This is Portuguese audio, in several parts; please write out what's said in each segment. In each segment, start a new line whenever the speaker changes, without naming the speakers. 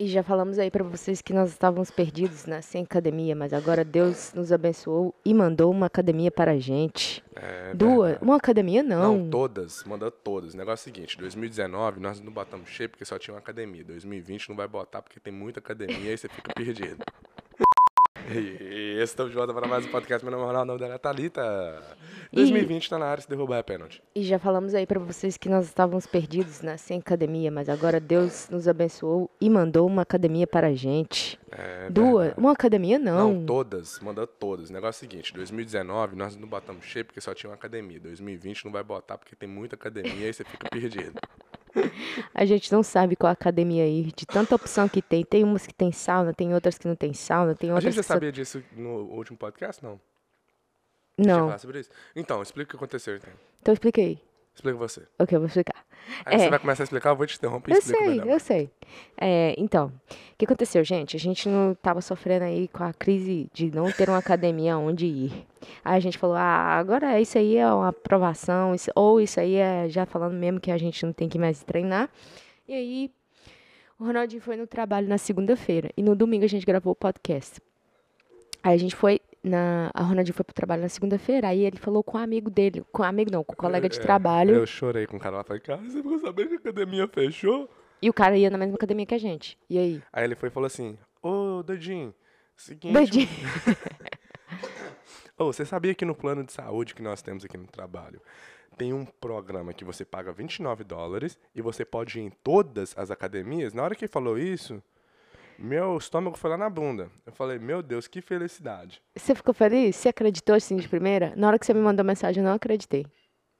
E já falamos aí para vocês que nós estávamos perdidos, né, sem academia, mas agora Deus nos abençoou e mandou uma academia para a gente.
É
Duas?
verdade.
Uma academia não.
Não, todas, manda todas. O negócio é o seguinte, 2019 nós não botamos cheio porque só tinha uma academia. 2020 não vai botar porque tem muita academia e você fica perdido. E esse estamos de volta para mais um podcast. Meu nome é Ronaldo, o nome dela é Thalita. 2020 tá na área, se derrubar é pênalti.
E já falamos aí para vocês que nós estávamos perdidos, né, sem academia, mas agora Deus nos abençoou e mandou uma academia para a gente.
É
Duas?
verdade.
Uma academia não.
Não, todas, manda todas. O negócio é o seguinte, 2019 nós não botamos cheio porque só tinha uma academia. 2020 não vai botar porque tem muita academia e você fica perdido.
A gente não sabe qual academia ir, de tanta opção que tem. Tem umas que tem sauna, tem outras que não tem sauna, tem
A
outras
gente já
que só-
sabia disso no último podcast, não? Deixa eu
Não,
falar sobre isso. Então, explica o que aconteceu, então.
então explica aí.
Explica você.
Ok, eu vou explicar.
Aí
É.
você vai começar a explicar, eu vou te interromper e
Eu
explico
sei,
melhor.
eu sei. É, então, o que aconteceu, gente? A gente não tava sofrendo aí com a crise de não ter uma academia onde ir. Aí a gente falou, ah, agora isso aí é uma aprovação, isso- ou isso aí é já falando mesmo que a gente não tem que mais treinar. E aí, o Ronaldinho foi no trabalho na segunda-feira, e no domingo a gente gravou o podcast. Aí a gente foi, na, a Ronaldinho foi pro trabalho na segunda-feira, aí ele falou com o amigo dele, com um amigo não, com o colega de
É,
trabalho.
Eu chorei com o cara lá, falei, cara, você ficou sabendo que a academia fechou?
E o cara ia na mesma academia que a gente. E aí?
Aí ele foi e falou assim, ô, Dodinho, seguinte...
Doidinho.
Ô, você sabia que no plano de saúde que nós temos aqui no trabalho, tem um programa que você paga 29 dólares e você pode ir em todas as academias? Na hora que ele falou isso, meu estômago foi lá na bunda. Eu falei, meu Deus, que felicidade.
Você ficou feliz? Você acreditou assim de primeira? Na hora que você me mandou mensagem, eu não acreditei.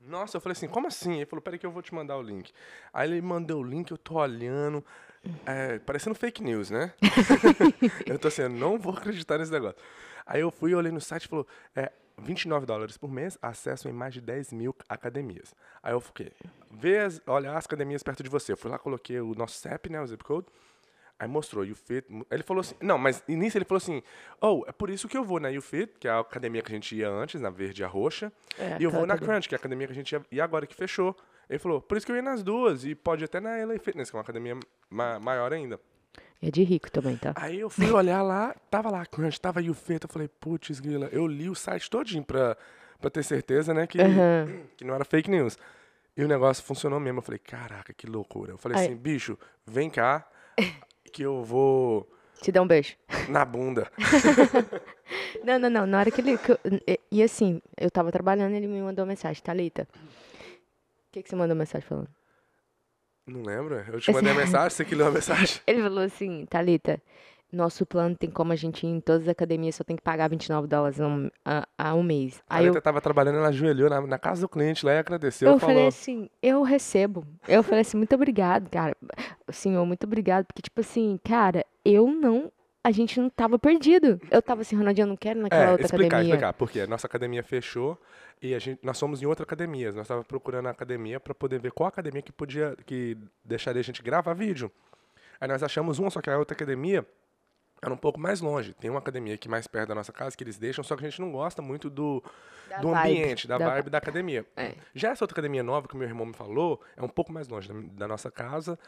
Nossa, eu falei assim, como assim? Ele falou, peraí que eu vou te mandar o link. Aí ele mandou o link, eu tô olhando, é, parecendo fake news, né? eu tô assim, eu não vou acreditar nesse negócio. Aí eu fui, olhei no site e falou, é, 29 dólares por mês, acesso em mais de 10 mil academias. Aí eu fiquei, vê, as, olha as academias perto de você. Eu fui lá, coloquei o nosso CEP, né, o zip code. Aí mostrou, e o Fit. Ele falou assim. Não, mas início ele falou assim: Oh, é por isso que eu vou na UFIT, que é a academia que a gente ia antes, na verde e a roxa.
É,
e eu vou na
aquela
Crunch, que é a academia que a gente ia, ia agora que fechou. Ele falou: Por isso que eu ia nas duas, e pode até na LA Fitness, que é uma academia ma- maior ainda.
É de rico também, tá?
Aí eu fui olhar lá, tava lá a Crunch, tava a UFIT. Eu falei: Putz, Grila, eu li o site todinho pra, pra ter certeza, né, que,
Aham.
que não era fake news. E o negócio funcionou mesmo. Eu falei: Caraca, que loucura. Eu falei
Aí-
assim: Bicho, vem cá, que eu vou.
Te dá um beijo.
Na bunda.
Não, não, não. Na hora que ele. que eu- e, e assim, eu tava trabalhando ele me mandou mensagem, Thalita. O que, que você mandou mensagem falando?
Não lembra? Eu te mandei a mensagem, você que leu a mensagem.
Ele falou assim, Thalita, nosso plano tem como a gente ir em todas as academias, só tem que pagar 29 dólares um- a, a um mês.
A
Aí eu,
Thalita tava trabalhando, ela ajoelhou na, na casa do cliente lá e agradeceu.
eu
falou,
falei assim, eu recebo. Eu falei assim, muito obrigado, cara. Senhor, muito obrigado. Porque, tipo assim, cara, eu não. A gente não tava perdido. Eu tava assim, Ronaldinho, eu não quero ir naquela
é,
outra
explicar,
academia.
explicar. Porque a nossa academia fechou e a gente, nós fomos em outra academia. Nós tava procurando a academia pra poder ver qual academia que podia, que deixaria a gente gravar vídeo. Aí nós achamos uma, só que a outra academia era um pouco mais longe. Tem uma academia aqui mais perto da nossa casa que eles deixam, só que a gente não gosta muito do,
Da
do
vibe,
ambiente, da,
da
vibe da academia.
É.
Já essa outra academia nova que o meu irmão me falou é um pouco mais longe da, da nossa casa.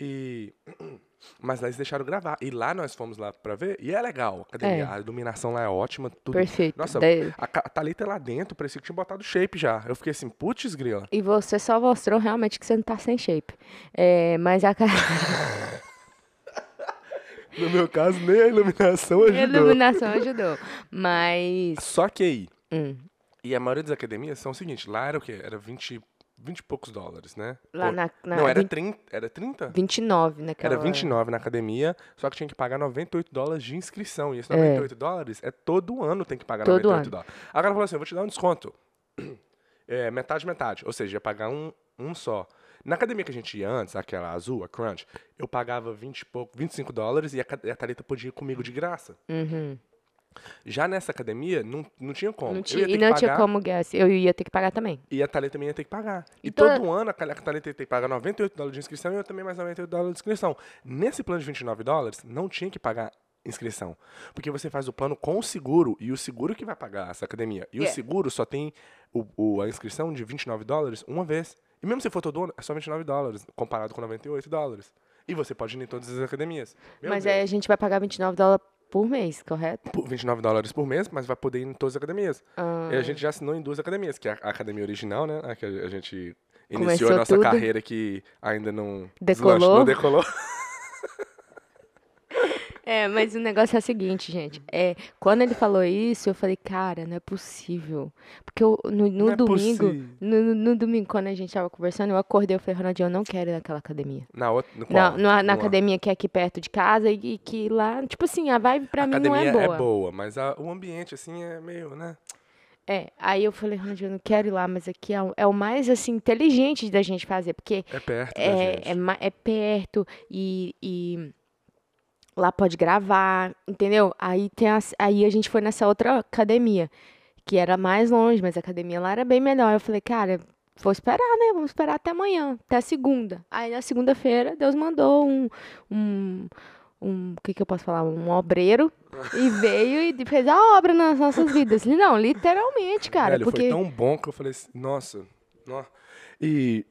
E mas lá eles deixaram gravar. E lá nós fomos lá pra ver e é legal. a Academia,
É.
a iluminação lá é ótima, tudo.
Perfeito.
Nossa,
Daí-
a, Ca- a Thalita é lá dentro parecia que tinha botado shape já. Eu fiquei assim, putz, grila.
E você só mostrou realmente que você não tá sem shape. É, mas a cara-
No meu caso, nem a iluminação
a iluminação ajudou. Mas.
Só que aí,
hum,
e a maioria das academias são o seguinte, lá era o quê? Era 20, 20 e poucos dólares, né?
lá
Ou-
na. na
Não, era
vinte-
30, era 30?
29 naquela.
Era 29 na academia, só que tinha que pagar 98 dólares de inscrição. E esses
É.
98 dólares é todo ano tem que pagar
Todo
98
ano.
dólares. Agora falou assim: eu vou te dar um desconto. É, metade, metade. Ou seja, ia pagar um, um só. Na academia que a gente ia antes, aquela azul, a Crunch, eu pagava 20 e pouco, 25 dólares e a, ca- e a Thalita podia ir comigo de graça.
Uhum.
Já nessa academia, não, não tinha como.
Não
Eu
tinha-
ia ter
e
que
não
pagar,
tinha como gas. Eu ia ter que pagar também.
E a Thalita também ia ter que pagar. E,
E
todo
toda-
ano a Cal- a Thalita ia ter que pagar 98 dólares de inscrição e eu também mais 98 dólares de inscrição. Nesse plano de 29 dólares, não tinha que pagar inscrição. Porque você faz o plano com o seguro e o seguro que vai pagar essa academia. E
É.
o seguro só tem o, o- a inscrição de 29 dólares uma vez. E mesmo se for todo ano, é só 29 dólares, comparado com 98 dólares. E você pode ir em todas as academias. Meu
Mas é
Deus.
aí a gente vai pagar 29 dólares por mês, correto?
Por 29 dólares por mês, mas vai poder ir em todas as academias.
Ah,
E a gente já assinou em duas academias, que é a academia original, né? A que a gente iniciou
Começou
a nossa
tudo.
carreira que ainda não
Decolou.
deslanchou, decolou.
É, mas o negócio é o seguinte, gente. É, quando ele falou isso, eu falei, cara, não é possível. Porque eu- no, no
Não é
domingo,
possível.
no, no- no domingo, quando a gente tava conversando, eu acordei, eu falei, Ronaldinho, eu não quero ir naquela academia.
Na outra,
Na,
no
na-
qual?
na
Numa-
academia que é aqui perto de casa e, e que lá, tipo assim, a vibe pra
a
mim não
academia
é boa.
mas a- o ambiente, assim, é meio, né?
É, aí eu falei, Ronaldinho, eu não quero ir lá, mas aqui é, o- é o mais, assim, inteligente da gente fazer, porque
É perto da gente.
é, é, ma- é perto e, e lá pode gravar, entendeu? Aí, tem as- aí a gente foi nessa outra academia, que era mais longe, mas a academia lá era bem melhor. Eu falei, cara, vou esperar, né? Vamos esperar até amanhã, até segunda. Aí na segunda-feira, Deus mandou um. um um, o que que eu posso falar? Um obreiro e veio e fez a obra nas nossas vidas. Não, literalmente, cara.
Velho,
porque
foi tão bom que eu falei assim, nossa, nó. E,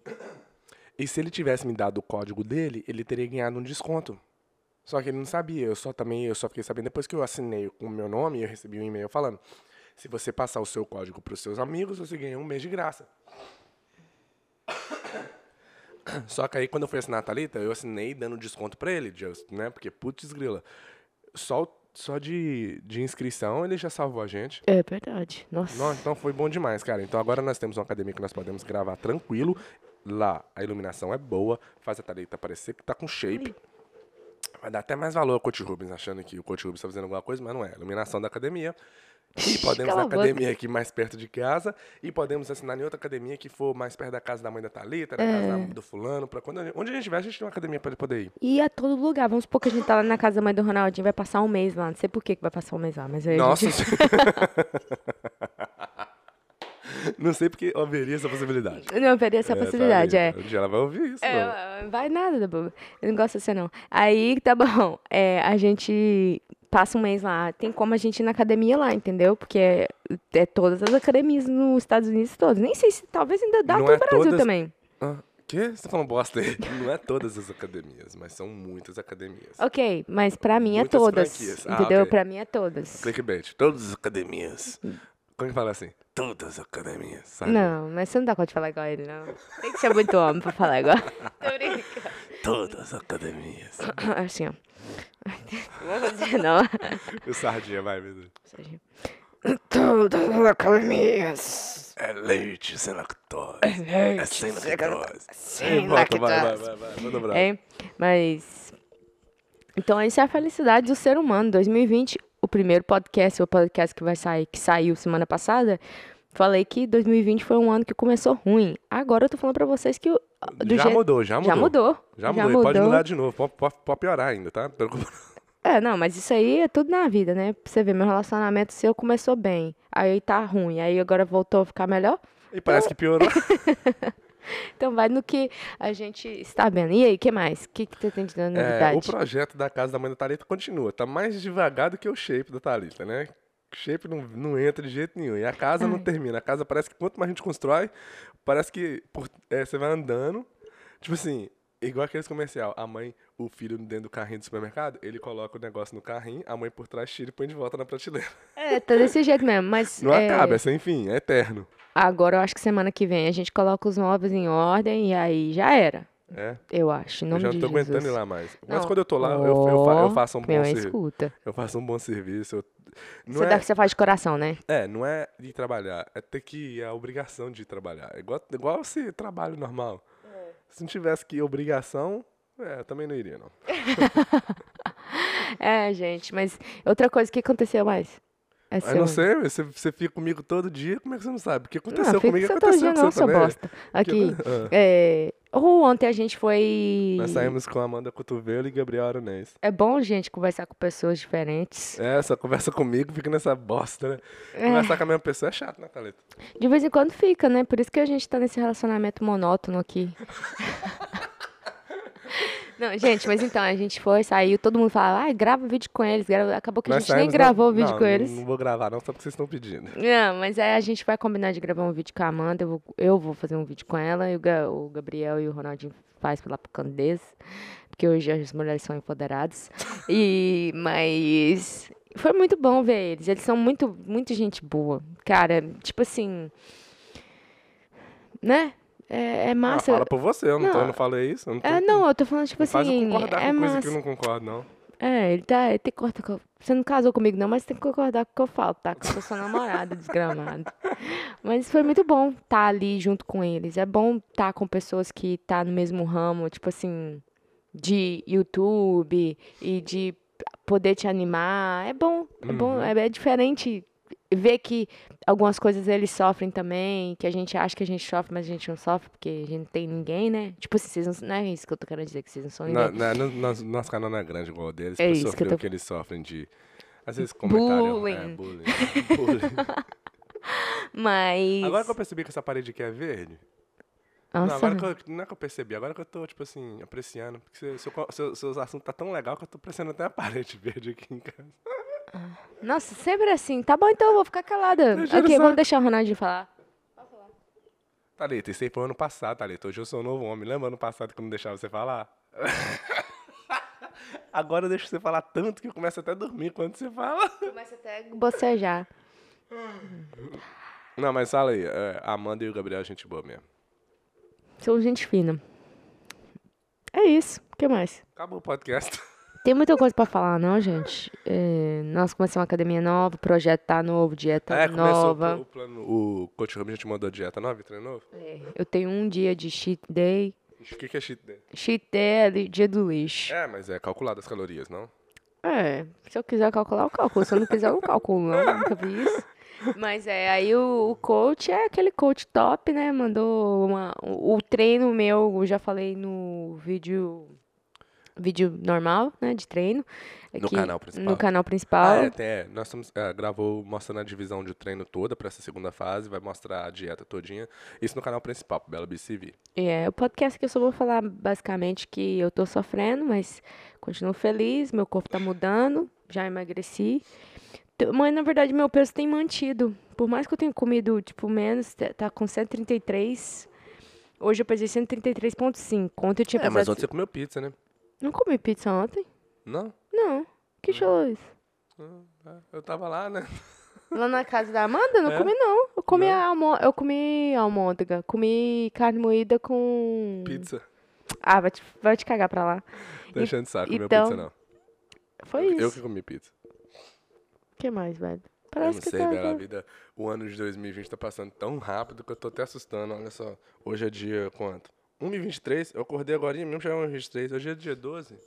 e se ele tivesse me dado o código dele, ele teria ganhado um desconto. Só que ele não sabia, eu só também, eu só fiquei sabendo depois que eu assinei com o meu nome, eu recebi um e-mail falando, se você passar o seu código para os seus amigos, você ganha um mês de graça. Só que aí quando eu fui assinar a Thalita, eu assinei dando desconto pra ele, just, né? Porque putz grila. Só, o- só de, de inscrição ele já salvou a gente.
É verdade. Nossa.
Nossa, então foi bom demais, cara. Então agora nós temos uma academia que nós podemos gravar tranquilo. Lá a iluminação é boa, faz a Thalita parecer que tá com shape. Vai dar até mais valor ao Coach Rubens, achando que o Coach Rubens tá fazendo alguma coisa, mas não é. Iluminação da academia. E podemos
Cala
na
a boca.
academia aqui mais perto de casa. E podemos assinar em outra academia que for mais perto da casa da mãe da Thalita, da
É.
casa da- do fulano. Pra quando, a gente- onde a gente vai, a gente tem uma academia pra poder ir.
E a todo lugar. Vamos supor que a gente tá lá na casa da mãe do Ronaldinho, vai passar um mês lá. Não sei por que que vai passar um mês lá, mas aí. a
Nossa
gente-
Não sei porque haveria essa possibilidade.
Não haveria essa
É,
possibilidade, é.
Thalita, Um dia ela vai ouvir isso. não.
É, vai nada, da boba. Eu não gosto assim, não. Aí, tá bom. É, a gente passa um mês lá. Tem como a gente ir na academia lá, entendeu? Porque é, é todas as academias nos Estados Unidos todos. Nem sei se talvez ainda dá
Não
pro
é
Brasil
todas-
também.
Ah, que? Você tá falando bosta aí? Não é todas as academias, mas são muitas academias.
Ok, mas pra mim é
Muitas
todas.
franquias. Ah,
Entendeu?
ok.
Pra mim é todas.
Clickbait. Todas as academias. Como que fala assim? Todas as academias, sabe?
Não, mas você não dá conta de falar igual ele, não. Tem que ser muito homem pra falar igual. Tô brincando.
Todas as academias.
Assim, ó. Não vou dizer não.
o Sardinha, vai, meu Deus.
Sérgio. Todas as academias.
É leite sem lactose.
leite
É sem
sem
lactose.
sem
Ei, volta, Vai, vai,
lactose.
vai, vai. Manda um brava.
É, mas. Então, essa é a felicidade do ser humano. 2020, o primeiro podcast, o podcast que vai sair, que saiu semana passada. Falei que 2020 foi um ano que começou ruim. Agora eu tô falando pra vocês que. o- Do
já,
jeito-
mudou, já mudou,
Já mudou.
Já mudou. E pode mudar de novo. Pode, pode- pode piorar ainda, tá? Preocupa-
É, não, mas isso aí é tudo na vida, né? Pra você ver, meu relacionamento seu começou bem, aí tá ruim, aí agora voltou a ficar melhor.
E parece que piorou.
Então vai no que a gente está vendo. E aí, o que mais? O que, que você tem de dando
É, o
novidade?
projeto da casa da mãe da Thalita continua. Tá mais devagar do que o shape da Thalita, né? Shape não, não entra de jeito nenhum. E a casa
É.
não termina. A casa parece que quanto mais a gente constrói, parece que por- é, você vai andando. Tipo assim, igual aqueles comercial. A mãe, o filho dentro do carrinho do supermercado, ele coloca o negócio no carrinho, a mãe por trás tira e põe de volta na prateleira.
É, tá desse jeito mesmo, mas
Não
é,
acaba, é sem fim, é eterno.
agora eu acho que semana que vem a gente coloca os móveis em ordem e aí já era,
É,
eu acho, em
eu
nome
já
de
não tô
Jesus.
aguentando ir lá mais. Mas
Não.
quando eu tô lá, eu, eu fa- eu
Ó,
faço um
Meu,
bom serviço.
escuta.
Eu faço um bom serviço. eu- não
Você,
é-
dá, você faz de coração, né?
É, não é ir trabalhar, é ter que ir, é a obrigação de ir trabalhar. É igual, igual esse trabalho normal.
É.
Se não tivesse que ir obrigação, é, eu também não iria, não.
É, gente, mas outra coisa, o que aconteceu mais?
Mas
um
não sei, você, você fica comigo todo dia, como é que você não sabe? O que aconteceu
não,
comigo
fica seu
aconteceu
todinho
com
não,
você
seu
também.
bosta. Aqui.
Que aconte- Ah,
É... Ou ontem a gente foi.
nós saímos com a Amanda Cotovelo e Gabriel Aronês.
É bom, gente, conversar com pessoas diferentes.
É, só conversa comigo, fica nessa bosta, né? Conversar com a mesma pessoa é chato, né, Thalita?
De vez em quando fica, né? Por isso que a gente tá nesse relacionamento monótono aqui. Não, gente, mas então, a gente foi, saiu, todo mundo fala, ai, grava vídeo com eles, grava- acabou que a
Nós
gente nem
saímos,
gravou o
não,
vídeo
não,
com eles.
Não vou gravar, não, só porque vocês estão pedindo.
Não, mas aí a gente vai combinar de gravar um vídeo com a Amanda. Eu vou, eu vou fazer um vídeo com ela e o, Ga- o Gabriel e o Ronaldinho faz pela Pucandês. porque hoje as mulheres são empoderadas. E, mas foi muito bom ver eles. Eles são muito, muito gente boa. Cara, tipo assim. Né? É, é
Ah,
massa.
fala por você, eu não, tô-
Não.
não falei isso. Eu não tô,
É, não, eu tô falando, tipo
não faz eu
assim.
concordar
É
com coisa que eu
massa.
não concordo, não.
É, ele tá. Ele tem que cortar. com a- Você não casou comigo, não, mas tem que concordar com o que eu falo, tá? Que eu sou sua namorada, desgramado. Mas foi muito bom estar ali junto com eles. É bom estar com pessoas que tá no mesmo ramo, tipo assim, de YouTube e de poder te animar. É bom, é bom,
Uhum.
é, é diferente ver que algumas coisas eles sofrem também, que a gente acha que a gente sofre, mas a gente não sofre porque a gente não tem ninguém, né? Tipo, assim, vocês não, não é isso que eu tô querendo dizer, que vocês não são ninguém.
Na, na, no- nas- nosso canal não é grande igual o deles,
É
pra
isso que eu
sofrer
tô-
o que eles sofrem de. Às vezes comentário. É,
Bullying.
bullying. bullying.
Mas.
Agora que eu percebi que essa parede aqui é verde. Não,
Nossa,
agora que eu, não é que eu percebi, agora que eu tô, tipo assim, apreciando. Porque seu, seu, seu, seus assuntos tá tão legal que eu tô apreciando até a parede verde aqui em casa.
Nossa, sempre assim. Tá bom, então eu vou ficar calada.
Deixa ele
ok,
só-
vamos deixar o Ronaldinho falar.
Thalita, isso aí foi ano passado, Thalita. Hoje eu sou um novo homem. Lembra ano passado que eu não deixava você falar? Agora eu deixo você falar tanto que eu começo até a dormir quando você fala.
Começa até bocejar.
Não, mas fala aí. é, a Amanda e o Gabriel, gente boa mesmo.
Sou gente fina. É isso. O que mais?
Acabou o podcast. É,
Tem muita coisa pra falar, não, gente? É, nós começamos uma academia nova, projeto tá novo, dieta
é, começou o pl-
nova.
o plano. O Coach Rubinho já te mandou dieta nova e treinou?
É, eu tenho um dia de cheat day.
O que, que é cheat day?
Cheat day é li- dia do lixo.
É, mas é calculado as calorias, não?
É, se eu quiser calcular, eu calculo. Se eu não quiser, eu não calculo, não. Nunca vi isso. Mas é, aí o, o coach é aquele coach top, né? Mandou uma, o, o treino meu, eu já falei no vídeo vídeo normal, né? De treino. é
No canal principal.
No canal
Ah,
principal.
é, tem, é. Nós estamos, é, gravou mostrando a divisão de treino toda pra essa segunda fase, vai mostrar a dieta todinha. Isso no canal principal, pro Bela BCV.
E é o podcast que eu só vou falar basicamente que eu tô sofrendo, mas continuo feliz, meu corpo tá mudando, já emagreci. T- Mas na verdade meu peso tem mantido. Por mais que eu tenha comido tipo menos, tá- tá com 133. Hoje eu pesei 133.5. Ontem eu tinha
É,
pesado.
mas ontem você comeu pizza, né?
Não comi pizza ontem?
Não?
Não. Que show é isso?
Ah, Eu tava lá, né?
Lá na casa da Amanda, não
É?
comi não. Eu comi
Não?
almo... eu comi almôndega, comi carne moída com
Pizza.
Ah, vai te, vai te cagar pra lá.
Tô
E-
enchendo de saco, comeu
então,
pizza não.
Foi
eu,
isso.
eu que comi pizza.
O que mais, velho?
Eu
Parece
não
que
sei,
tá-
velho, a
tá-
vida, o ano de 2020 tá passando tão rápido que eu tô até assustando, olha só. Hoje é dia quanto? 1h23, eu acordei agora mesmo, já é 1h23, hoje é dia 12.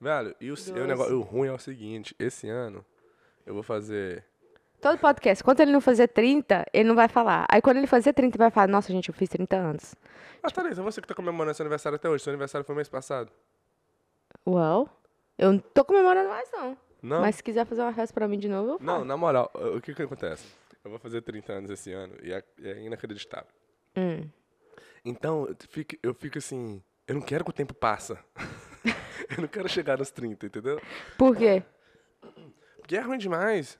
Velho, e o, se- o, negócio, o ruim é o seguinte, esse ano eu vou fazer...
Todo podcast, quando ele não fazer 30, ele não vai falar. Aí quando ele fazer 30, ele vai falar, nossa, gente, eu fiz 30 anos.
Ah, Thalita, você que tá comemorando seu aniversário até hoje, seu aniversário foi mês passado.
Well, eu não tô comemorando mais, não.
Não?
Mas se quiser fazer uma festa pra mim de novo, eu faço.
Não, na moral, o que que acontece? Eu vou fazer 30 anos esse ano e é, e é inacreditável.
Hum.
Então, eu fico, eu fico assim, eu não quero que o tempo passa. eu não quero chegar nos 30, entendeu?
Por quê?
Porque é ruim demais.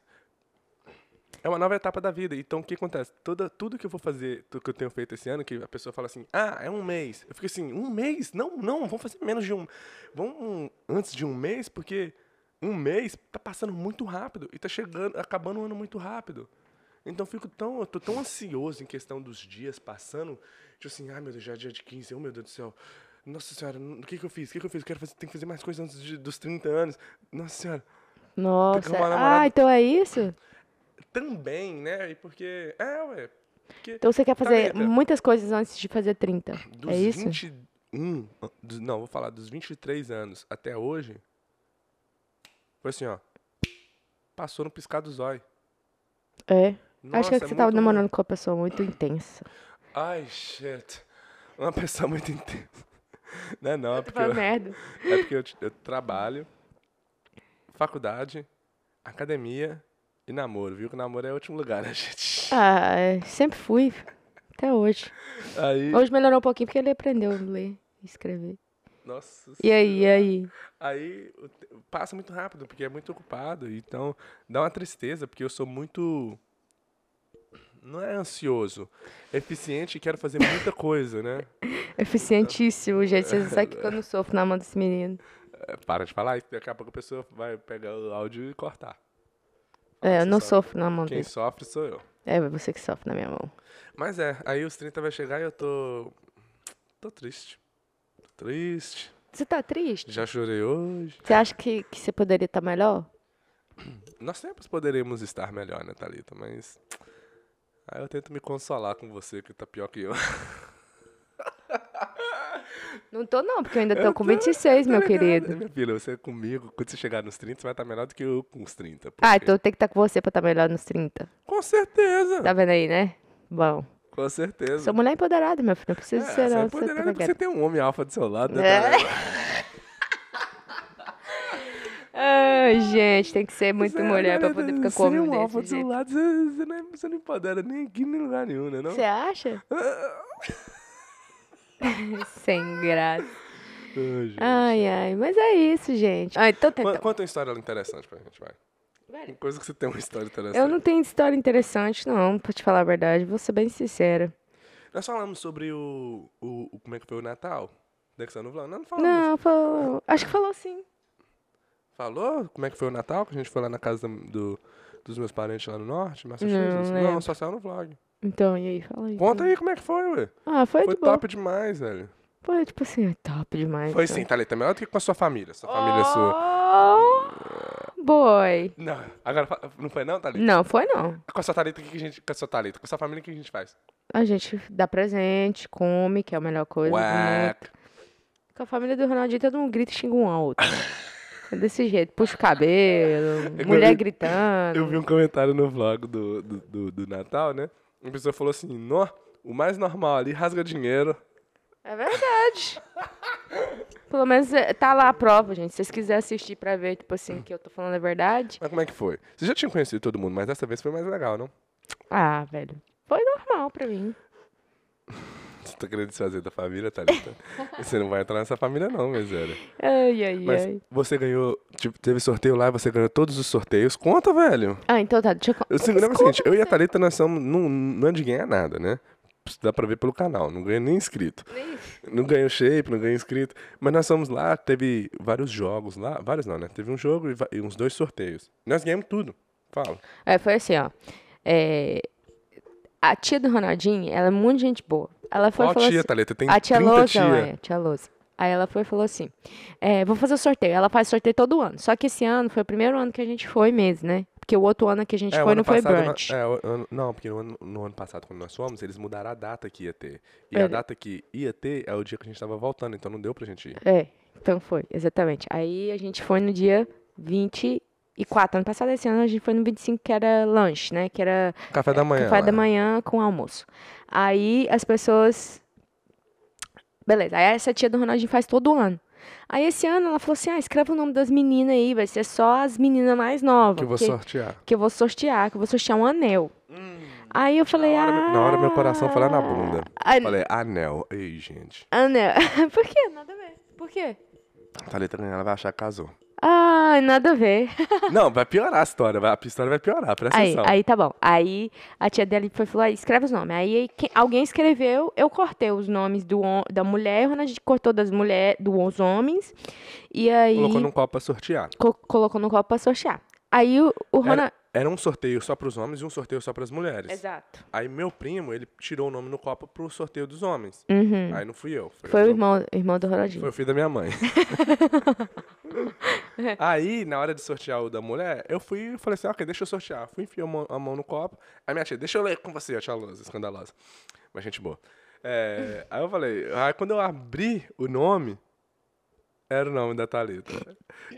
É uma nova etapa da vida. Então, o que acontece? Toda, tudo que eu vou fazer, tudo que eu tenho feito esse ano, que a pessoa fala assim, ah, é um mês. Eu fico assim, um mês? Não, não, vamos fazer menos de um... Vamos um- antes de um mês, porque um mês tá passando muito rápido e tá chegando, acabando o ano muito rápido. Então, eu fico tão, eu tô tão ansioso em questão dos dias passando, tipo assim, ai, meu Deus, já é dia de 15, oh, meu Deus do céu. Nossa Senhora, o que que eu fiz? O que que eu fiz? Quero fazer, tenho que fazer mais coisas antes de- dos 30 anos. Nossa Senhora.
Nossa.
arrumar namorado.
Ah, então é isso?
também, né? E porque. É, ué. Porque
Então você quer fazer
Talita.
muitas coisas antes de fazer 30.
dos
é isso?
21. ah, dos- não, vou falar, dos 23 anos até hoje. Foi assim, ó. Passou no piscar do zóio.
É. Acho
Nossa,
que é que você
muito
tava
ruim.
namorando com uma pessoa muito intensa.
Ai, shit. Uma pessoa muito intensa. Não é não, é porque,
Foi
eu,
merda.
é porque eu, eu trabalho, faculdade, academia e namoro, viu? Que namoro é o último lugar, né, gente?
Ah, é, sempre fui. Até hoje.
Aí.
Hoje melhorou um pouquinho porque ele aprendeu a ler e escrever.
Nossa
E aí, e aí?
Aí o te- passa muito rápido, porque é muito ocupado. Então dá uma tristeza, porque eu sou muito. não é ansioso. é Eficiente e quero fazer muita coisa, né?
Eficientíssimo, gente. Vocês não sabem o que que eu não sofro na mão desse menino.
É, Para de falar, isso, daqui a pouco a pessoa vai pegar o áudio e cortar.
É, eu
Você
não
sofre.
sofro na mão
Quem
dele.
sofre sou eu.
É, você que sofre na minha mão.
Mas é, aí os 30 vai chegar e eu tô. tô triste. Tô triste.
Você tá triste?
Já chorei hoje.
Você acha que, que você poderia estar melhor?
Nós sempre poderemos estar melhor, né, Thalita? Mas. Aí eu tento me consolar com você, que tá pior que eu.
Não tô não, porque eu ainda tô com 26, meu
Tá ligado?
querido.
Minha filha, você comigo, quando você chegar nos 30, você vai estar melhor do que eu com os 30.
Ah,
porque-
então eu tenho que estar com você pra estar melhor nos 30.
Com certeza!
Tá vendo aí, né? Bom.
Com certeza.
Sou mulher empoderada, meu filho. Não
é,
preciso ser
você é
não,
empoderada
tá
porque
ligado.
você tem um homem alfa do seu lado, né,
É.
Thalita?
Ai, gente, tem que ser muito
Você-
mulher pra
né,
poder ficar com
Sem
homem
um alfa
desse
do seu
jeito.
lado, você, você não, é- você não empodera nem aqui, nem em lugar nenhum, né? Não?
Você acha? Sem graça.
Ai, gente.
Ai, ai, mas é isso, gente. Ah, então
Qu-
tenta.
Conta uma história interessante pra gente, vai. Uma coisa que você tem uma história interessante.
Eu não tenho história interessante, não, pra te falar a verdade. Vou ser bem sincera.
Nós falamos sobre o, o, o- Como é que foi o Natal? Dexano Vlano? Não, não falamos.
Não, falou. Acho que falou sim.
Falou como é que foi o Natal? Que a gente foi lá na casa do- do- dos meus parentes lá no norte, em Massachusetts?
Não é. lembro.
só saiu no vlog.
Então, e aí, fala aí.
Conta aí como é que foi, ué.
Ah, foi,
Foi
de boa.
top demais, velho.
Foi tipo assim, é top demais.
Foi
então.
sim, Thalita. é Melhor do que com a sua família. Sua família é sua.
Oh, boy.
Não, agora fa- não foi não, Thalita?
Não, foi não.
Com a sua Thalita, o que que a gente. Com a sua Thalita, com a sua família, o que a gente faz?
A gente dá presente, come, que é a melhor coisa. do mundo.
Uac.
Com a família do Ronaldinho, todo mundo grita e xinga um ao outro. É desse jeito, puxa o cabelo, mulher
vi-
gritando.
É Eu vi um comentário no vlog do, do, do, do Natal, né? Uma pessoa falou assim, Nó, o mais normal ali, rasga dinheiro.
É verdade. Pelo menos é, tá lá a prova, gente. Se vocês quiserem assistir pra ver, tipo assim, que eu tô falando a verdade.
Mas como é que foi? Você já tinha conhecido todo mundo, mas dessa vez foi mais legal, não?
Ah, velho. Foi normal pra mim.
Você tá querendo desfazer da família, Thalita? você não vai entrar nessa família não, meu velho.
Ai, ai,
Mas
ai.
você ganhou, tipo, teve sorteio lá, você ganhou todos os sorteios. Conta, velho.
Ah, então tá, deixa eu. con-
Eu sei, o negócio é o
Escuta,
seguinte, eu e a Thalita, nós somos, não, não é de ganhar nada, né? Dá pra ver pelo canal, não ganha nem inscrito.
nem-
Não ganhou shape, não ganhou inscrito. Mas nós fomos lá, teve vários jogos lá. Vários não, né? Teve um jogo e va- e uns dois sorteios. Nós ganhamos tudo. Fala.
É, foi assim, ó. É, A tia do Ronaldinho, ela é muito gente boa. Ela foi e
Qual
falou
tia,
assim,
Thalita? Tem
A tia
30
Lousa,
tia.
ué, tia Lousa. Aí ela foi e falou assim: é, vou fazer o sorteio. Ela faz sorteio todo ano. Só que esse ano foi o primeiro ano que a gente foi mesmo, né? Porque o outro ano que a gente
É, o
foi
ano
não foi
passado, na-
brunch.
é, o ano- não, porque no ano, no ano passado, quando nós fomos, eles mudaram a data que ia ter. E a
Ele-
data que ia ter é o dia que a gente tava voltando, então não deu pra gente ir.
É, então foi, exatamente. Aí a gente foi no dia 24. Ano passado, esse ano, a gente foi no 25, que era lanche, né? Que era
Café da manhã. né?
café da
lá.
manhã com almoço. Aí as pessoas. Beleza, aí essa tia do Ronaldinho faz todo ano. Aí esse ano ela falou assim: ah, escreve o nome das meninas aí, vai ser só as meninas mais novas.
Que eu vou
porque-
sortear.
que eu vou sortear, que eu vou sortear um anel. Aí eu falei,
Hum. na, hora,
ah...
meu- na hora meu coração foi lá na bunda.
Ai,
Falei, anel. Ei, gente.
Anel. Por quê? Nada a ver. Por quê?
tá A Thalita ganhou, ela vai achar que casou.
Ai, nada a ver.
Não, vai piorar a história. vai- a história vai piorar, presta
Aí,
atenção.
aí tá bom. Aí a tia dele foi falou, "Ah, escreve os nomes. Aí, aí quem- alguém escreveu, eu cortei os nomes do, hom- da mulher, a gente cortou das mulher, dos homens. E aí
Colocou num copo pra sortear.
co- colocou no copo pra sortear. Aí o, o Ronald...
Era um sorteio só pros homens e um sorteio só pras mulheres.
Exato.
Aí meu primo, ele tirou o nome no copo pro sorteio dos homens.
Uhum.
Aí não fui eu. Foi,
Foi o
o-
irmão, irmão do Ronaldinho.
foi o filho da minha mãe. Aí, na hora de sortear o da mulher, eu fui e falei assim, ok, deixa eu sortear. Fui, enfiei a mão, a mão no copo. Aí minha tia, deixa eu ler com você, a tia Lousa, escandalosa. Mas gente boa. É, aí eu falei, aí quando eu abri o nome, era o nome da Thalita.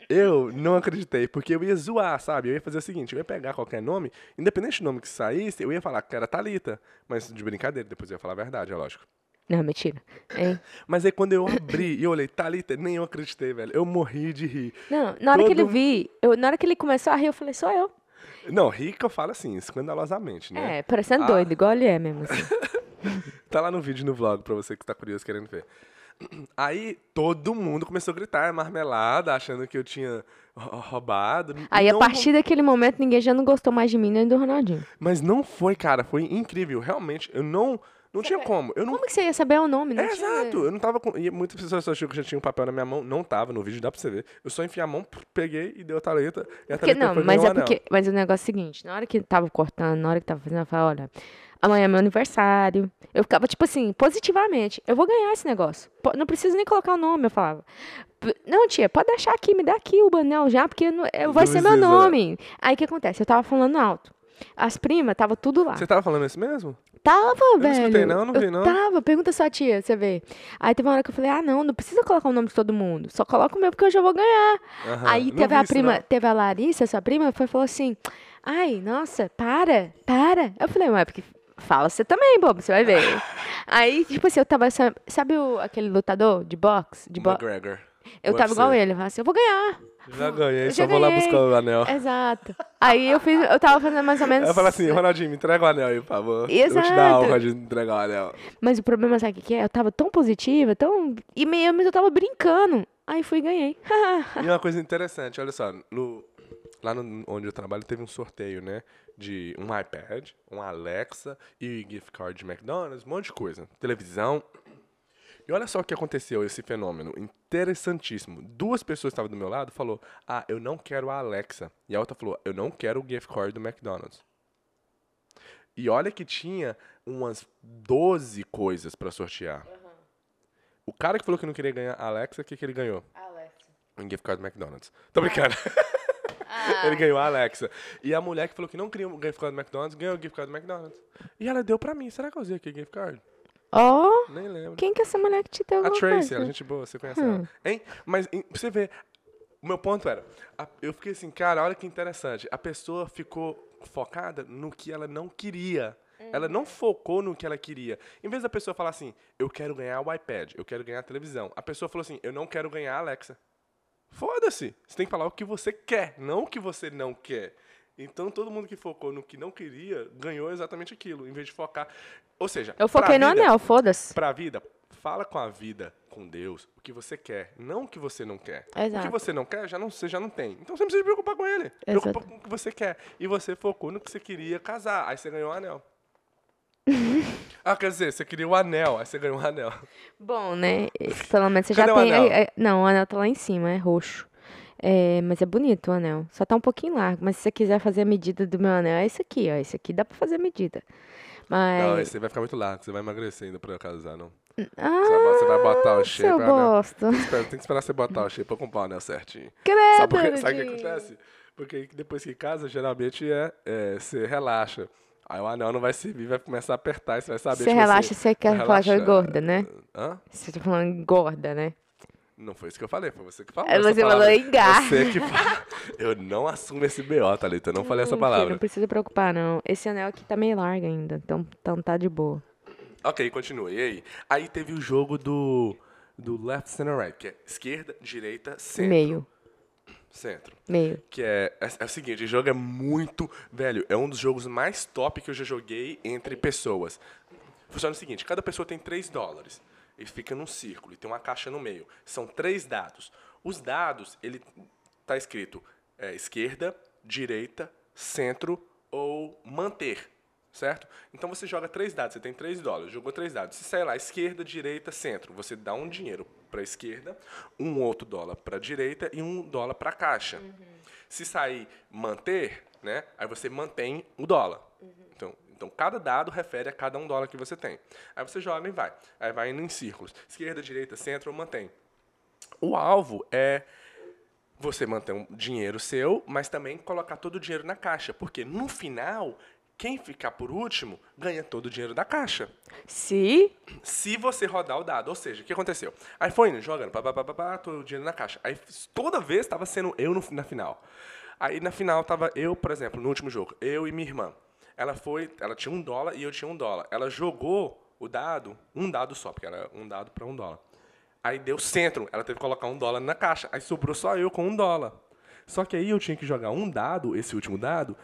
Eu não acreditei, porque eu ia zoar, sabe? Eu ia fazer o seguinte, eu ia pegar qualquer nome, independente do nome que saísse, eu ia falar que era Thalita. Mas de brincadeira, depois eu ia falar a verdade, é lógico.
Não, mentira. É. Hein?
Mas aí quando eu abri e eu olhei Thalita, nem eu acreditei, velho. Eu morri de rir.
Não, na hora que ele
Todo-
vi, eu, na hora que ele começou a rir, eu falei, sou eu.
Não, rir que eu falo assim, escandalosamente, né?
É, parecendo
Ah.
doido, igual ele é mesmo. assim.
Tá lá no vídeo no vlog pra você que tá curioso querendo ver. Aí todo mundo começou a gritar, marmelada, é achando que eu tinha rou- roubado. n-
Aí,
não-
a partir daquele momento, ninguém já não gostou mais de mim nem do Ronaldinho.
Mas não foi, cara. Foi incrível. Realmente, eu não. Não tinha como. Eu não.
Como que você ia saber o nome? Não
É,
tinha-
exato. Eu não tava com. E muitas pessoas achou que eu já tinha um papel na minha mão. Não tava, no vídeo dá pra você ver. Eu só enfiei a mão, pff, peguei e deu a taleta. E a
Porque,
taleta
não,
foi
mas é
ganhou o um anel.
porque. Mas o negócio é o seguinte, na hora que tava cortando, na hora que tava fazendo, eu falava, olha, amanhã é meu aniversário. Eu ficava, tipo assim, positivamente, eu vou ganhar esse negócio. Po- Não preciso nem colocar o nome, eu falava. "P- Não, tia, pode deixar aqui, me dá aqui o banel já, porque não- é- vai ser meu
Luzes, é.
nome. Aí o que acontece? Eu tava falando alto. As primas tava tudo lá.
Você tava falando isso mesmo?
Tava,
não
velho.
escutei, não, não
Eu
vi, não.
Tava, pergunta sua tia, você vê. Aí teve uma hora que eu falei, ah, não, não precisa colocar o nome de todo mundo. Só coloca o meu, porque eu já vou ganhar.
Aham,
Aí
não
teve
vi
a
isso,
prima,
não.
teve a Larissa, sua prima, foi, falou assim: Ai, nossa, para, para. Eu falei, ué, porque fala você também, bobo, você vai ver. Aí, tipo assim, eu tava. sa- Sabe o, aquele lutador de boxe? De bo...
McGregor.
Eu tava
UFC.
igual ele, eu falava assim, eu vou ganhar.
Já ganhei,
Eu
só
já
vou lá
ganhei.
buscar o anel.
Exato. Aí eu fiz, eu tava fazendo mais ou menos.
Ah. Ela fala assim, Ronaldinho, me entrega o anel aí, por favor. Eu vou te dar a
É Exato.
honra de entregar o anel.
Mas o problema, sabe o que que é? Eu tava tão positiva, tão. E mesmo eu tava brincando. Aí fui e ganhei.
E uma coisa interessante, olha só, no- lá no- onde eu trabalho teve um sorteio, né? De um iPad, um Alexa e gift card de McDonald's, um monte de coisa. Televisão. E olha só o que aconteceu, esse fenômeno. Interessantíssimo. Duas pessoas que estavam do meu lado falou, ah, eu não quero a Alexa. E a outra falou, eu não quero o gift card do McDonald's. E olha que tinha umas 12 coisas pra sortear. O cara que falou que não queria ganhar a Alexa, o que, que ele ganhou? Um gift card do McDonald's. Tô brincando. Ele ganhou a Alexa. E a mulher que falou que não queria o gift card do McDonald's, ganhou o gift card do McDonald's. E ela deu pra mim. Será que eu usei aqui o gift card?
Ó,
Nem lembro.
quem que é essa mulher que te deu
A
alguma
Tracy,
coisa? Hum.
ela é gente boa, você conhece ela. Hein? Mas em- pra você ver, o meu ponto era, a- eu fiquei assim, cara, olha que interessante. A pessoa ficou focada no que ela não queria. Ela
Hum.
não focou no que ela queria. Em vez da pessoa falar assim, eu quero ganhar o iPad, eu quero ganhar a televisão. A pessoa falou assim, eu não quero ganhar a Alexa. Foda-se. Você tem que falar o que você quer, não o que você não quer. Então todo mundo que focou no que não queria ganhou exatamente aquilo, em vez de focar. Ou seja,
Eu foquei no
pra vida-
anel, foda-se.
Pra vida, fala com a vida, com Deus, o que você quer, não o que você não quer. O
Exato.
que você não quer, já não, você já não tem. Então você não precisa se preocupar com ele. Preocupa
Exato.
com o que você quer. E você focou no que você queria casar. Aí você ganhou o anel. ah, quer dizer, você queria o anel, aí você ganhou o anel.
Bom, né? Pelo menos você
Cadê
já
o
tem.
anel?
é- é- não, o anel tá lá em cima, é roxo. É, mas é bonito o anel. Só tá um pouquinho largo. Mas se você quiser fazer a medida do meu anel, é esse aqui, ó. Esse aqui dá pra fazer a medida.
Não, aí
Mas.
você vai ficar muito largo, você vai emagrecer ainda pra casar, não.
ah,
Você vai botar o shape,
seu
né?
bosta.
Espera, Tem que esperar você botar o shape pra comprar o anel certinho.
Credo,
Sabe, por quê? Sabe o que
Dinho.
acontece? Porque depois que casa, geralmente é, é você relaxa. Aí o anel não vai servir, vai começar a apertar e você vai saber.
Você
tipo
relaxa,
assim,
você quer falar que eu
relaxa,
gorda, né?
Hã?
Você tá falando gorda, né?
Não foi isso que eu falei, foi você que falou.
Aí
essa
É, você falou
palavra.
engar.
Você que fa- Eu não assumo esse BO, Thalita. Eu não falei essa
Não, filho, Não
palavra.
precisa preocupar, não. Esse anel aqui tá meio largo ainda. Então, então tá de boa.
Ok, continue. E aí? Aí teve o jogo do. Do left center right, que é esquerda, direita, centro.
Meio.
Centro.
Meio.
Que é, é, é o seguinte, o jogo é muito. Velho, é um dos jogos mais top que eu já joguei entre pessoas. Funciona o seguinte: cada pessoa tem 3 dólares. E fica num círculo e tem uma caixa no meio. São três dados. Os dados, ele tá escrito é, esquerda, direita, centro ou manter. Certo? Então você joga três dados, você tem três dólares, jogou três dados. Se sair lá, esquerda, direita, centro, você dá um dinheiro para esquerda, um outro dólar para direita e um dólar para caixa. Se sair manter, né? Aí você mantém o dólar. Então, então, cada dado refere a cada um dólar que você tem. Aí você joga e vai. Aí vai indo em círculos. Esquerda, direita, centro, mantém. O alvo é você manter um dinheiro seu, mas também colocar todo o dinheiro na caixa. Porque no final, quem ficar por último ganha todo o dinheiro da caixa
Se
se você rodar o dado. Ou seja, o que aconteceu? Aí foi indo, jogando, pá, pá, pá, pá, pá, todo o dinheiro na caixa. Aí f- toda vez tava sendo eu no- na final. Aí na final tava eu, por exemplo, no último jogo, eu e minha irmã. Ela foi, ela tinha um dólar e eu tinha um dólar. Ela jogou o dado, um dado só, porque era um dado para um dólar. Aí deu centro, ela teve que colocar um dólar na caixa. Aí sobrou só eu com um dólar. Só que aí eu tinha que jogar um dado, esse último dado,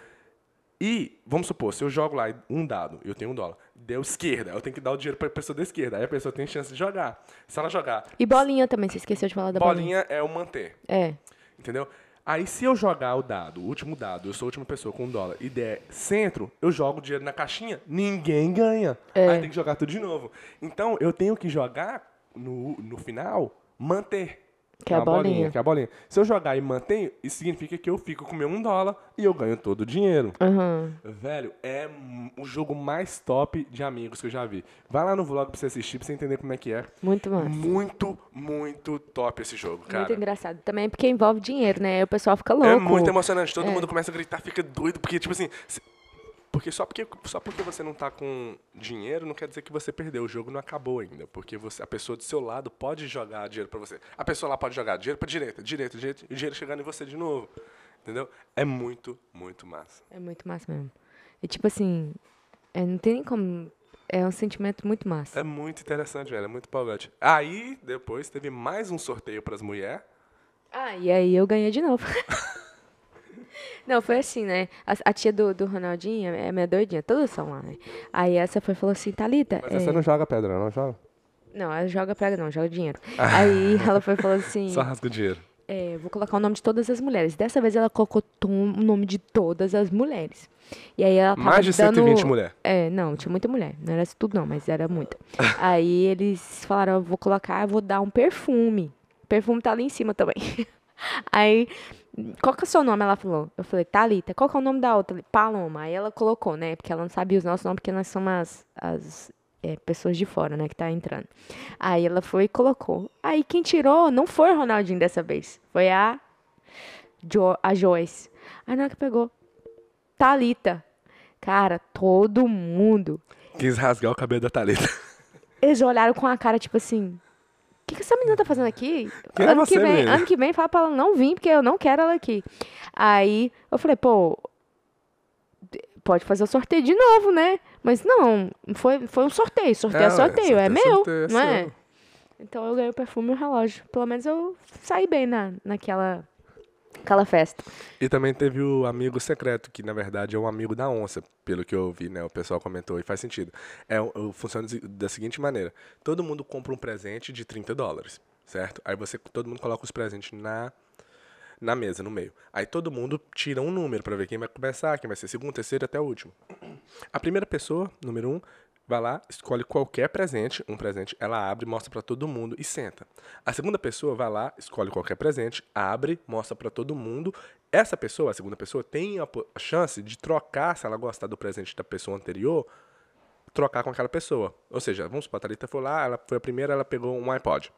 e, vamos supor, se eu jogo lá um dado, eu tenho um dólar, deu esquerda, eu tenho que dar o dinheiro pra pessoa da esquerda, aí a pessoa tem chance de jogar. Se ela jogar,
E bolinha também, você esqueceu de falar da bolinha.
bolinha é o manter,
É.
entendeu? Aí se eu jogar o dado, o último dado, eu sou a última pessoa com um dólar, e der centro, eu jogo o dinheiro na caixinha, ninguém ganha.
É.
Aí tem que jogar tudo de novo. Então eu tenho que jogar no, no final, manter.
Que é a
uma
bolinha.
Que é a bolinha. Se eu jogar e mantenho, isso significa que eu fico com meu um dólar e eu ganho todo o dinheiro.
Aham.
Velho, é m- o jogo mais top de amigos que eu já vi. Vai lá no vlog pra você assistir, pra você entender como é que é.
Muito massa.
Muito, muito top esse jogo, cara.
Muito engraçado. Também é porque envolve dinheiro, né? Aí o pessoal fica louco.
É muito emocionante. Todo mundo começa a gritar, fica doido, porque, tipo assim. se- Porque só, porque só porque você não tá com dinheiro não quer dizer que você perdeu. O jogo não acabou ainda. Porque você, a pessoa do seu lado pode jogar dinheiro pra você. A pessoa lá pode jogar dinheiro pra direita, direita, direita, e o dinheiro chegando em você de novo. Entendeu? É muito, muito massa.
É muito massa mesmo. E tipo assim, é, não tem nem como. É um sentimento muito massa.
É muito interessante, velho. É muito empolgante. Aí, depois, teve mais um sorteio pras mulheres.
Ah, e aí eu ganhei de novo. Não, foi assim, né? A, a tia do, do Ronaldinho é minha doidinha, todas são lá, né? Aí essa foi e falou assim, Thalita.
Mas
é,
você não joga pedra, não joga?
Não, ela joga praga, não, joga dinheiro. Aí ela foi e falou assim:
Ah. Só rasga o dinheiro.
é, vou colocar o nome de todas as mulheres. Dessa vez ela colocou tom- o nome de todas as mulheres. E aí ela tava
Mais de
dando...
120 mulher.
É, não, tinha muita mulher. Não era isso tudo, não, mas era muita. aí eles falaram: eu vou colocar, eu vou dar um perfume. O perfume tá ali em cima também. aí, qual que é o seu nome? Ela falou. Eu falei: Thalita, qual que é o nome da outra? Paloma. Aí ela colocou, né? Porque ela não sabia os nossos nomes, porque nós somos as. as é, pessoas de fora, né, que tá entrando. Aí ela foi e colocou. Aí quem tirou não foi o Ronaldinho dessa vez. Foi a Jo- a Joyce. Aí na hora que pegou, Thalita. Cara, todo mundo.
Quis rasgar o cabelo da Thalita.
Eles olharam com a cara, tipo assim. O que, que essa menina tá fazendo aqui?
Quem é
ano,
você,
que vem,
menina?"
ano que vem fala pra ela não vir, porque eu não quero ela aqui. Aí eu falei, pô, d- pode fazer o sorteio de novo, né? Mas não, foi, foi um sorteio. Sorteio é,
ué,
sorteio, é
sorteio,
meu,
sorteio, é
não é?
seu.
Então eu ganhei o perfume e o relógio. Pelo menos eu saí bem na, naquela aquela festa.
E também teve o amigo secreto, que na verdade é um amigo da onça, pelo que eu ouvi, né? O pessoal comentou e faz sentido. É, o- o- funciona desi- da seguinte maneira: todo mundo compra um presente de 30 dólares, certo? Aí você, todo mundo coloca os presentes na, na mesa, no meio. Aí todo mundo tira um número pra ver quem vai começar, quem vai ser segundo, terceiro até o último. A primeira pessoa, número um, vai lá, escolhe qualquer presente, um presente, ela abre, mostra pra todo mundo e senta. A segunda pessoa vai lá, escolhe qualquer presente, abre, mostra pra todo mundo. Essa pessoa, a segunda pessoa, tem a po- a chance de trocar, se ela gostar do presente da pessoa anterior, trocar com aquela pessoa. Ou seja, vamos supor, a Thalita foi lá, ela foi a primeira, ela pegou um iPod.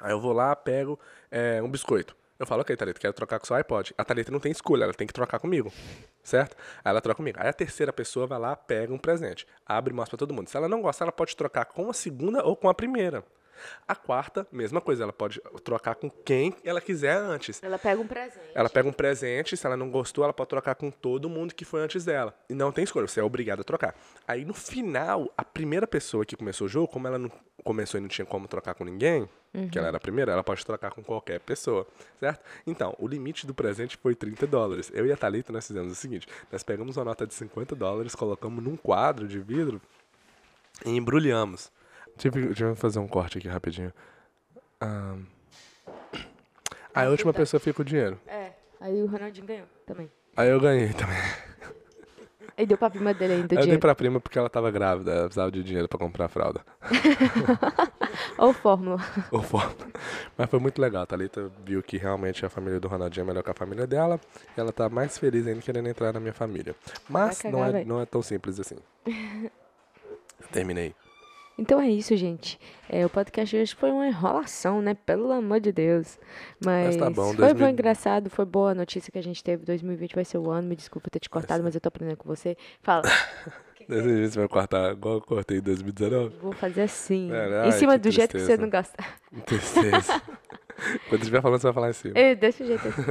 Aí eu vou lá, pego é, um biscoito. Eu falo, ok, Thalita, quero trocar com seu iPod. A Thalita não tem escolha, ela tem que trocar comigo. Certo? Aí ela troca comigo. Aí a terceira pessoa vai lá, pega um presente, abre e mostra pra todo mundo. Se ela não gostar, ela pode trocar com a segunda ou com a primeira. A quarta, mesma coisa, ela pode trocar com quem ela quiser antes.
Ela pega um presente.
Ela pega um presente, se ela não gostou, ela pode trocar com todo mundo que foi antes dela. E não tem escolha, você é obrigado a trocar. Aí no final, a primeira pessoa que começou o jogo, como ela não começou e não tinha como trocar com ninguém, que ela era a primeira, ela pode trocar com qualquer pessoa, certo? Então, o limite do presente foi 30 dólares. Eu e a Thalita, nós fizemos o seguinte, nós pegamos uma nota de 50 dólares, colocamos num quadro de vidro e embrulhamos. Deixa eu, deixa eu fazer um corte aqui rapidinho. Ahn. Aí a última pessoa fica com o dinheiro.
É. Aí o Ronaldinho ganhou também.
Aí eu ganhei também.
Ele deu pra prima dele ainda o
eu dei
dinheiro.
pra prima porque ela tava grávida, ela precisava de dinheiro pra comprar fralda.
Ou fórmula.
Ou foda. Mas foi muito legal. A Thalita viu que realmente a família do Ronaldinho é melhor que a família dela. E ela tá mais feliz ainda querendo entrar na minha família. Mas
Vai cagar,
não, é,
véi.
não é tão simples assim. Terminei.
Então é isso, gente. É, o podcast de hoje foi uma enrolação, né? Pelo amor de Deus. Mas,
Mas tá bom,
foi
2000
bom, engraçado, foi boa a notícia que a gente teve. 2020 vai ser o ano. Me desculpa ter te cortado, mas eu tô aprendendo com você. Fala, é?
2020 você vai cortar igual eu cortei em 2019?
vou fazer assim.
É, ai,
em cima
que
do jeito que você
tristeza.
não gosta.
Tristeza. Quando estiver falando, você vai falar em cima.
É, Desse jeito. assim.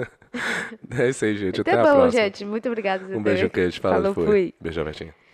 É isso aí, gente. Até,
Tá
a
bom,
próxima.
gente. Muito obrigada.
Um beijo, queijo.
Falou,
Falou, fui.
fui.
Beijo, Betinho.